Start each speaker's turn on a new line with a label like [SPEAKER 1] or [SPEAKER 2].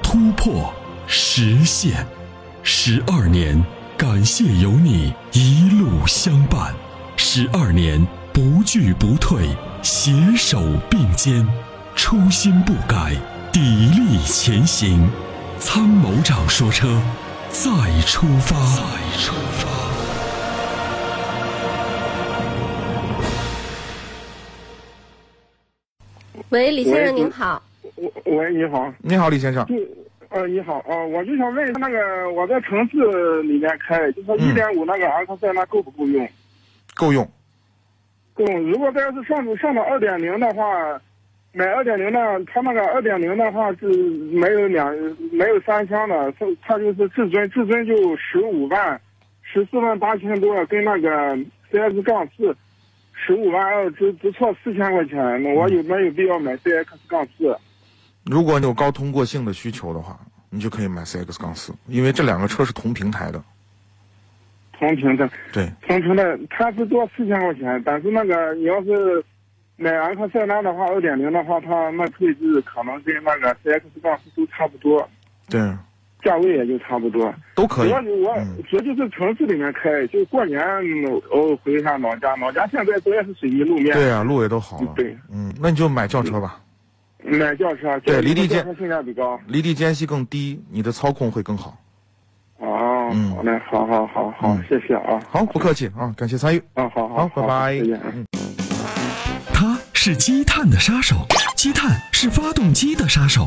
[SPEAKER 1] 突破、实现，十二年，感谢有你一路相伴，十二年不惧不退，携手并肩，初心不改，砥砺前行。参谋长说车，再出发。再出发。
[SPEAKER 2] 喂，李先
[SPEAKER 3] 喂
[SPEAKER 2] 生您
[SPEAKER 3] 嗯
[SPEAKER 2] 好，
[SPEAKER 3] 我喂，你好，
[SPEAKER 4] 你好，李先生。
[SPEAKER 3] 就呃，你好啊、呃我就想问一下，那个我在城市里面开，就说一点五那个昂克赛拉够不够用？
[SPEAKER 4] 够用。
[SPEAKER 3] 够用。如果再要是上上到二点零的话，买二点零的，它那个二点零的话是没有两没有三厢的，它它就是至尊，至尊就十五万，十四万八千多，跟那个 CS 杠四。十五万二只只错四千块钱，那我有没有必要买 CX 杠四？
[SPEAKER 4] 如果你有高通过性的需求的话，你就可以买 CX 杠四，因为这两个车是同平台的。
[SPEAKER 3] 同屏的，
[SPEAKER 4] 对，
[SPEAKER 3] 同城的，它是多四千块钱，但是那个你要是呃买昂克赛拉的话，二点零的话，它那配置可能跟那个 CX 杠四都差不多，
[SPEAKER 4] 对，
[SPEAKER 3] 价位也就差不多。
[SPEAKER 4] 都可以
[SPEAKER 3] 主。要是我
[SPEAKER 4] 嗯
[SPEAKER 3] 主要就是城市里面开，就过年嗯偶尔回一下老家，老家现在不也是水泥路面，
[SPEAKER 4] 对啊，路也都好了。
[SPEAKER 3] 对，
[SPEAKER 4] 嗯，那你就买轿车吧，
[SPEAKER 3] 买轿车，
[SPEAKER 4] 对离地
[SPEAKER 3] 轿
[SPEAKER 4] 近
[SPEAKER 3] 车性价比高。
[SPEAKER 4] 离地间隙更低，你的操控会更好。
[SPEAKER 3] 哦，
[SPEAKER 4] 嗯
[SPEAKER 3] 好嘞，好好好好
[SPEAKER 4] 嗯，
[SPEAKER 3] 谢谢啊，
[SPEAKER 4] 好，不客气啊，感谢参与。
[SPEAKER 3] 啊，好
[SPEAKER 4] 好，拜拜。
[SPEAKER 3] 再见啊。
[SPEAKER 4] 嗯
[SPEAKER 1] 它是积碳的杀手，积碳是发动机的杀手。